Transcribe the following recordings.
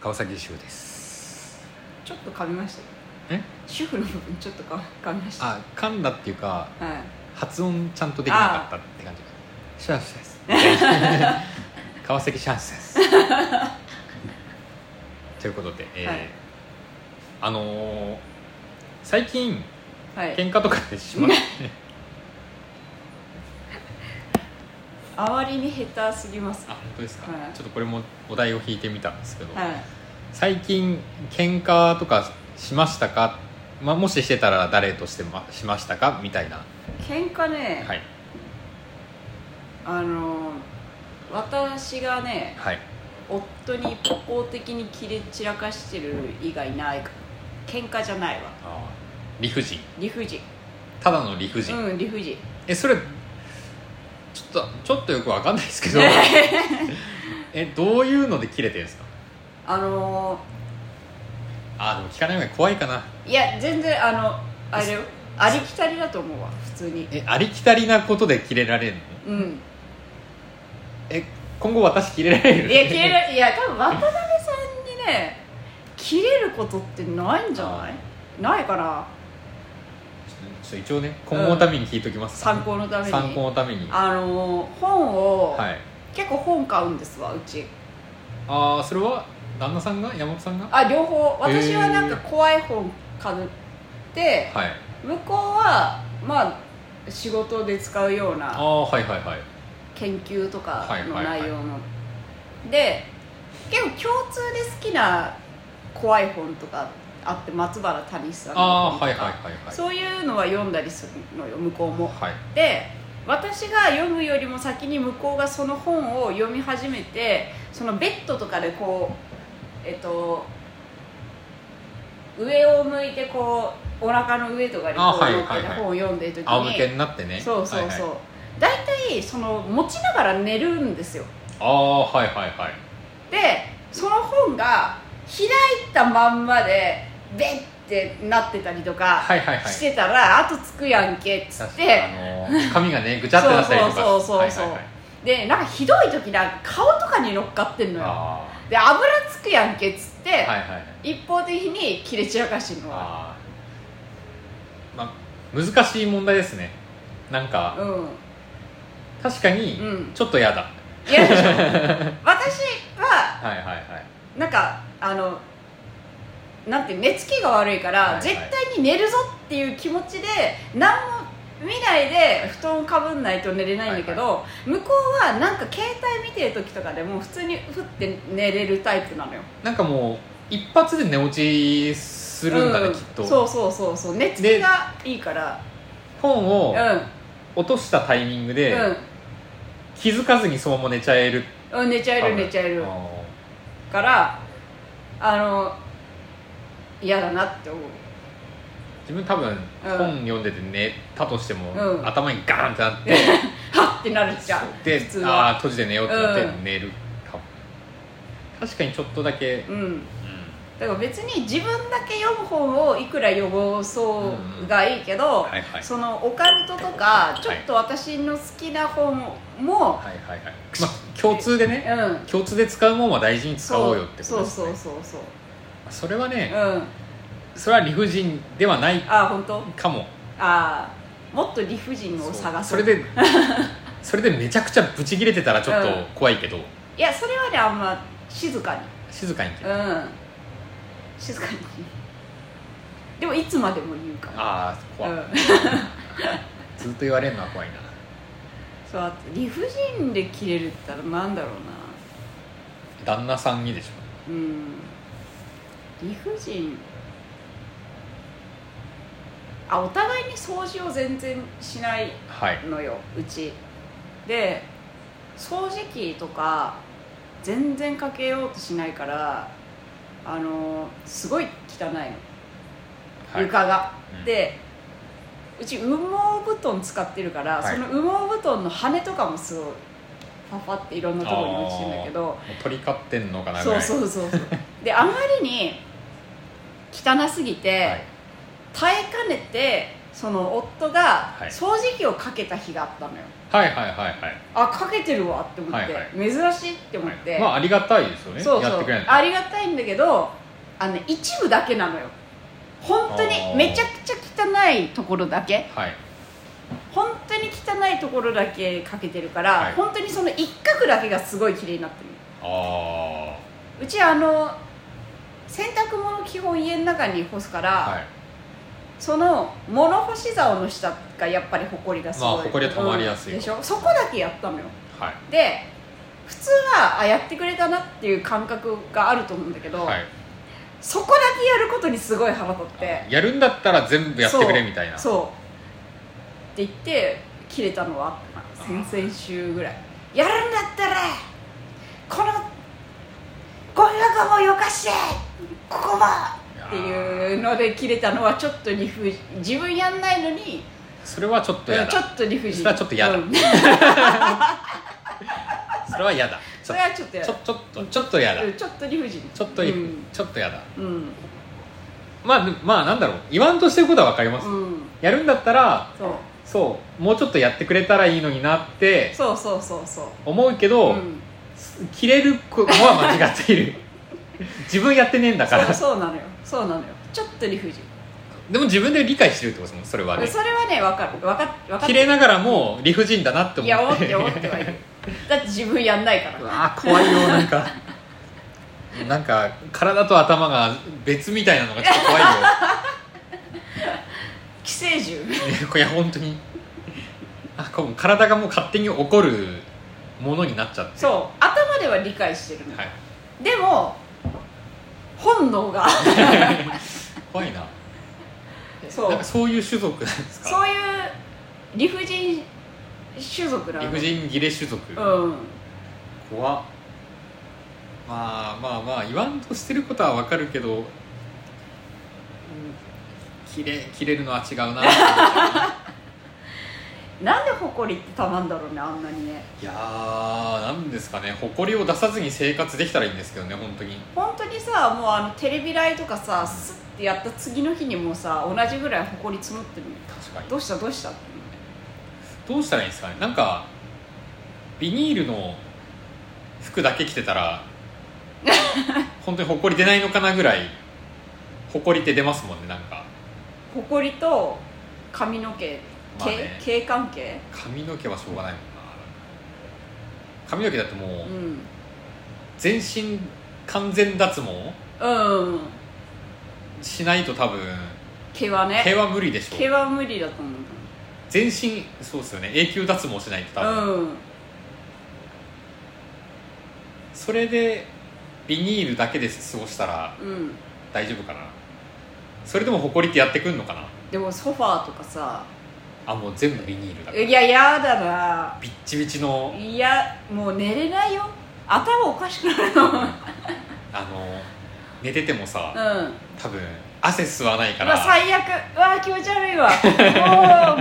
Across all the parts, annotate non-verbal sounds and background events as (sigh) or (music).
川崎修ですちょっと噛みましたえ主婦の部分ちょっとか噛みましたあ噛んだっていうかはい発音ちゃんとできなかったって感じシャンスです (laughs) 川崎シャンスですということで、えーはいあのー最近はい喧嘩とかでしまってあまりに下手すぎますあ本当ですか、はいちょっとこれもお題を引いてみたんですけど、はい最近喧嘩とかしましたか、まあ、もししてたら誰としてましましたかみたいな喧嘩ね、はいあの私がねはい夫に一方的に切れ散らかしてる以外ないか喧嘩じゃないわあー理不尽理不尽ただの理不尽、うん理不尽えそれちょっとちょっとよくわかんないです (laughs) けどえどういうので切れてるんですかあのあーでも聞かない方が怖いかないや全然あのあれよありきたりだと思うわ普通にえありきたりなことで切れられるのうんえ今後私切れられるいや切れるいや多分渡辺さんにね切れることってないんじゃないないかなちょっと一応ね今後のために聞いときます、参考のために参考のためにあの本を、はい結構本買うんですわうちああそれは旦那さんが山本さんがあ両方へー私はなんか怖い本買って、はい向こうはまあ仕事で使うようあなあはいはいはい研究とかのはいはいはい内容の、で結構共通で好きな怖い本とかあって松原谷さんのああ本とかはいはいはいはいそういうのは読んだりするのよ向こうもはいで私が読むよりも先に向こうがその本を読み始めてそのベッドとかでこうえっと上を向いてこうお腹の上とかにこあうはい乗っはいてはいて本を読んでる時に、仰向けになってねそうそうそう、はいはい大体その持ちながら寝るんですよああはいはいはいでその本が開いたまんまでベッってなってたりとかはいはいはいしてたら、あとつくやんけっつっ確かてにあのー髪がねぐちゃってなったりとかそうそうそうそうはいはいはいでなんかひどい時なんか顔とかに乗っかってんのよあで油つくやんけっつって、あはいはいはい一方的に切れ散らかしてるのはああまあ難しい問題ですねなんかうん確かにうんちょっと嫌だ、嫌 (laughs) でしょ私ははいはいはいなんかあのなんて寝つきが悪いから、はいはい絶対に寝るぞっていう気持ちで何も見ないで布団をかぶんないと寝れないんだけど、向こうはなんか携帯見てる時とかでも普通にふって寝れるタイプなのよなんかもう一発で寝落ちするんだね、うきっとそうそうそうそう寝つきがいいから本うをん落としたタイミングで、気づかずにそのまま寝ちゃえるうんうん寝ちゃえる寝ちゃえるからあの嫌だなって思う自分多分うん本読んでて寝たとしても、うん頭にガーンってなってではっってなるじゃんで普通あはあ閉じて寝ようってなってうん寝るかも、確かにちょっとだけ、うんうんだから別に自分だけ読む本をいくら予防そうがいいけど、はいはいそのオカルトとかちょっと私の好きな本も、はいはいはいまあ共通でねうん共通で使うもんは大事に使おうよってことです、ね、そうそうそうそうそれはうね、んそれは理不尽ではないあ本当かもあーもっと理不尽を探すそうそれ (laughs) でそれでめちゃくちゃブチ切れてたらちょっとうん怖いけど、いやそれはねあんま静かに静かに切るうん静かにでもいつまでも言うからああ怖い、うん、ずっと言われるのは怖いなそうあと理不尽で切れるって言ったらなんだろうな旦那さんにでしょうん理不尽あお互いに掃除を全然しないはいのようちで掃除機とか全然かけようとしないからあのすごい汚いのはい床が、うんでうち羽毛布団使ってるから、はいその羽毛布団の羽とかもすごいパパっていろんなところに落ちてるんだけどもう取り交ってんのかなぐそらういそううそうそうであまりに汚すぎて、はい耐えかねてその夫がはい掃除機をかけた日があったのよ、はいはいはいはいあかけてるわって思って、珍しいって思って、まあありがたいですよねそうやっそてうくれないありがたいんだけどあの、ね、一部だけなのよ本当にあーめちゃくちゃ汚いところだけはい本当に汚いところだけかけてるから、はい本当にその一角だけがすごい綺麗になってるあうちあの洗濯物基本家の中に干すから、あはいその物干し竿の下がやっぱりほこりがすごい、まあほこりは溜まりやすいうんでしょそこだけやったのよはいで普通はあやってくれたなっていう感覚があると思うんだけど、はいそこだけやることにすごい腹立ってやるんだったら全部やってくれみたいなそうって言って切れたのはあったな先々週ぐらいやるんだったらこのゴミ箱もよかしてここもっていうので切れたのはちょっと理不尽自分やんないのにそれはちょっとやちょだっと理不尽それはちょっと嫌だうん (laughs) それはやだちそょれはちょっとやちょだちょっとちょっとやだうんちょっと理不尽ちょっといいうんちょっとやだうんまあでもまあなんだろう言わんとしてることは分かりますうんやるんだったらそうそうもうちょっとやってくれたらいいのになってそうそうそうそう思うけど、うん切れるのは間違って (laughs) いる自分やってねえんだからそうそうなのよそうなのよちょっと理不尽でも自分で理解してるってことですもんそれはねそれはね分かる分か分かって切れながらも理不尽だなってい思や思っってて思って (laughs) はいるだって自分やんないからうわあ怖いよなん (laughs) かなんか体と頭が別みたいなのがちょっと怖いよ寄生獣いや本当にあこう体がもう勝手に怒るものになっちゃってそう頭では理解してるの、はいでも本能 (laughs) が怖いなそうなんかそういう種族なんですかそういう理不尽種族なの理不尽ギレ種族、うん怖っまあまあまあ言わんとしてることはわかるけどうん切れ切れるのは違うななんで埃ってたまんだろうねあんなにねいやーなんですかね誇りを出さずに生活できたらいいんですけどね本当に本当にさもうあのテレビ台とかさスッてやった次の日にもうさ同じぐらい埃積もってるのよ確かにどうしたどうしたってどうしたらいいんですかねなんかビニールの服だけ着てた (laughs) ら本当に誇り出ないのかなぐらい誇りって出ますもんねなんか埃と髪の毛まあね毛毛関係髪の毛はしょうがないもんな髪の毛だってもう、うん全身完全脱毛うんしないと多分毛はね毛は無理でしょ毛うは無理だと思う全身そうですよね永久脱毛しないと多分、うんそれでビニールだけで過ごしたらうん大丈夫かなそれでもホコリってやってくんのかなでもソファーとかさあもう全部ビニールだからいややだなビッチビチ (laughs) のいやもう寝れないよ頭おかしくなるのあの寝ててもさうん多分汗吸わないかまら、あ最悪うわ気持ち悪いわ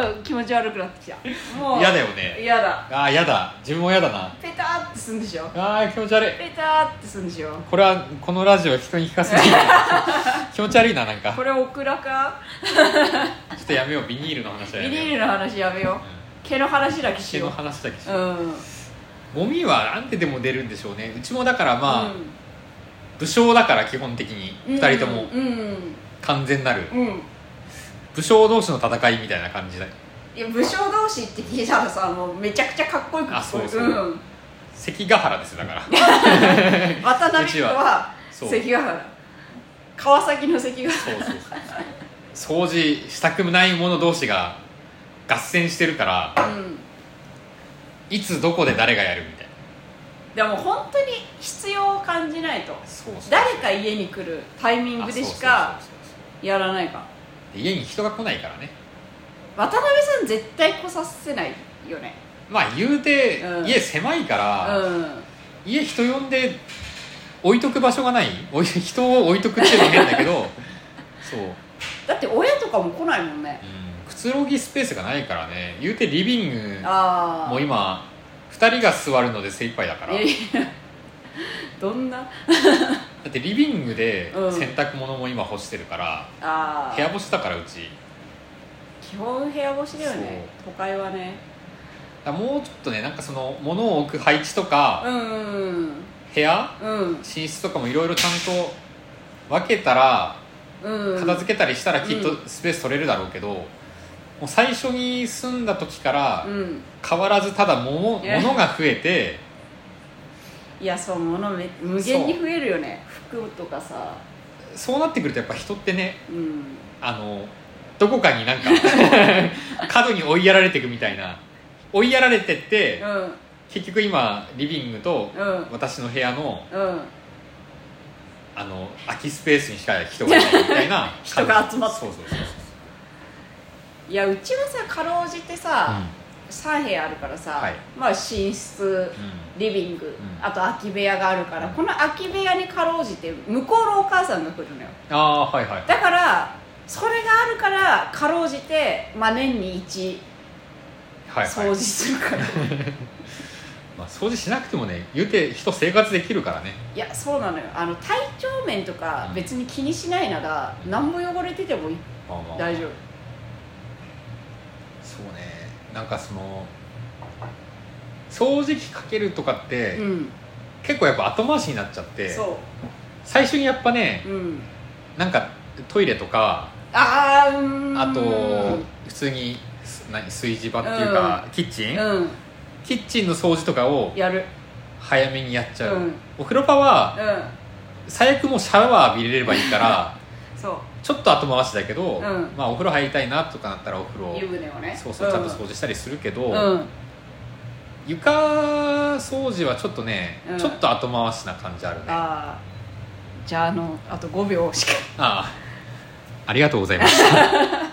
もうもう気持ち悪くなってきたもう嫌だよね嫌だああやだ自分もやだなペターってすんでしょあー気持ち悪いペターってすんでしょこれはこのラジオ人に聞かせない (laughs) 気持ち悪いななんかこれオクラかちょっとやめようビニールの話はビやニめようールの話やめよう毛の話だけし毛のよ話だけしうよううんゴミはなんででも出るんでしょうねうちもだからまあ、うん武将だから基本的に2人ともうんうん完全なるうん、うん武将同士の戦いみたいな感じでいや武将同士って聞いたらさもうめちゃくちゃかっこよく聞こえる、あそうそうん関ヶ原ですよだから (laughs) 渡辺うち君はは (laughs) そう関ヶ原川崎の関ヶそうそうそう掃除したくない者同士が合戦してるから原うんいつどこで誰がやるみたいなでも本当に必要を感じないとそうそう誰か家に来るタイミングでしかあそうそうそうそやらないかうで家に人が来ないからね渡辺さん絶対来させないよねまあ言うて、うん家狭いから、うん家人呼んで置いとく場所がない置い人を置いとくっていうのも変だけど (laughs) そう、うん、だって親とかも来ないもんねくつろぎスペースがないからね言うてリビングああもう今2人が座るので精一杯だからだいやいやどんなってリビングでうん洗濯物も今干してるから、ああ部屋干しだからうち基本部屋干しだよね都会はねだからもうちょっとねなんかその物を置く配置とかうんうん部屋うん寝室とかもいろいろちゃんと分けたらうんうん片付けたりしたらきっとスペース取れるだろうけど、もう最初に住んだ時からうん変わらずただ物え物が増えていやそう物め無限に増えるよね服とかさそうなってくるとやっぱ人ってねうんあのどこかに (laughs) なんか角に追いやられていくみたいな追いやられてってうん結局今リビングとうん私の部屋のうんあの空きスペースにしか人がいないみたいな (laughs) 人が集まってそうそうそうそう、いやうちはさかろうじてさ、う3部屋あるからさ、はいまあ寝室んうんリビング、んあと空き部屋があるから、うんこの空き部屋にかろうじて向こうのお母さんが来るのよああーはいはいだからそれがあるからかろうじて、まあ、年に1はいはい掃除するから、いまあ、掃除しなくてもね言うて人生活できるからねやそうなのよあの体調面とか別に気にしないなら、うん何も汚れててもいいまあまあ大丈夫そうねなんかその掃除機かけるとかって、うん結構やっぱ後回しになっちゃってそ最初にやっぱねううんなんかトイレとかああうんあとうん普通にす何炊事場っていうか、キッチン、キッチンの掃除とかをやる早めにやっちゃう、うんお風呂場はうん最悪もうシャワー浴びれればいいからそうちょっと後回しだけど、んまあお風呂入りたいなとかなったらお風呂湯船をねそうそうちゃんと掃除したりするけど、うん、うん、床掃除はちょっとね、うんちょっと後回しな感じあるねああーじゃああのあと5秒しかあありがとうございました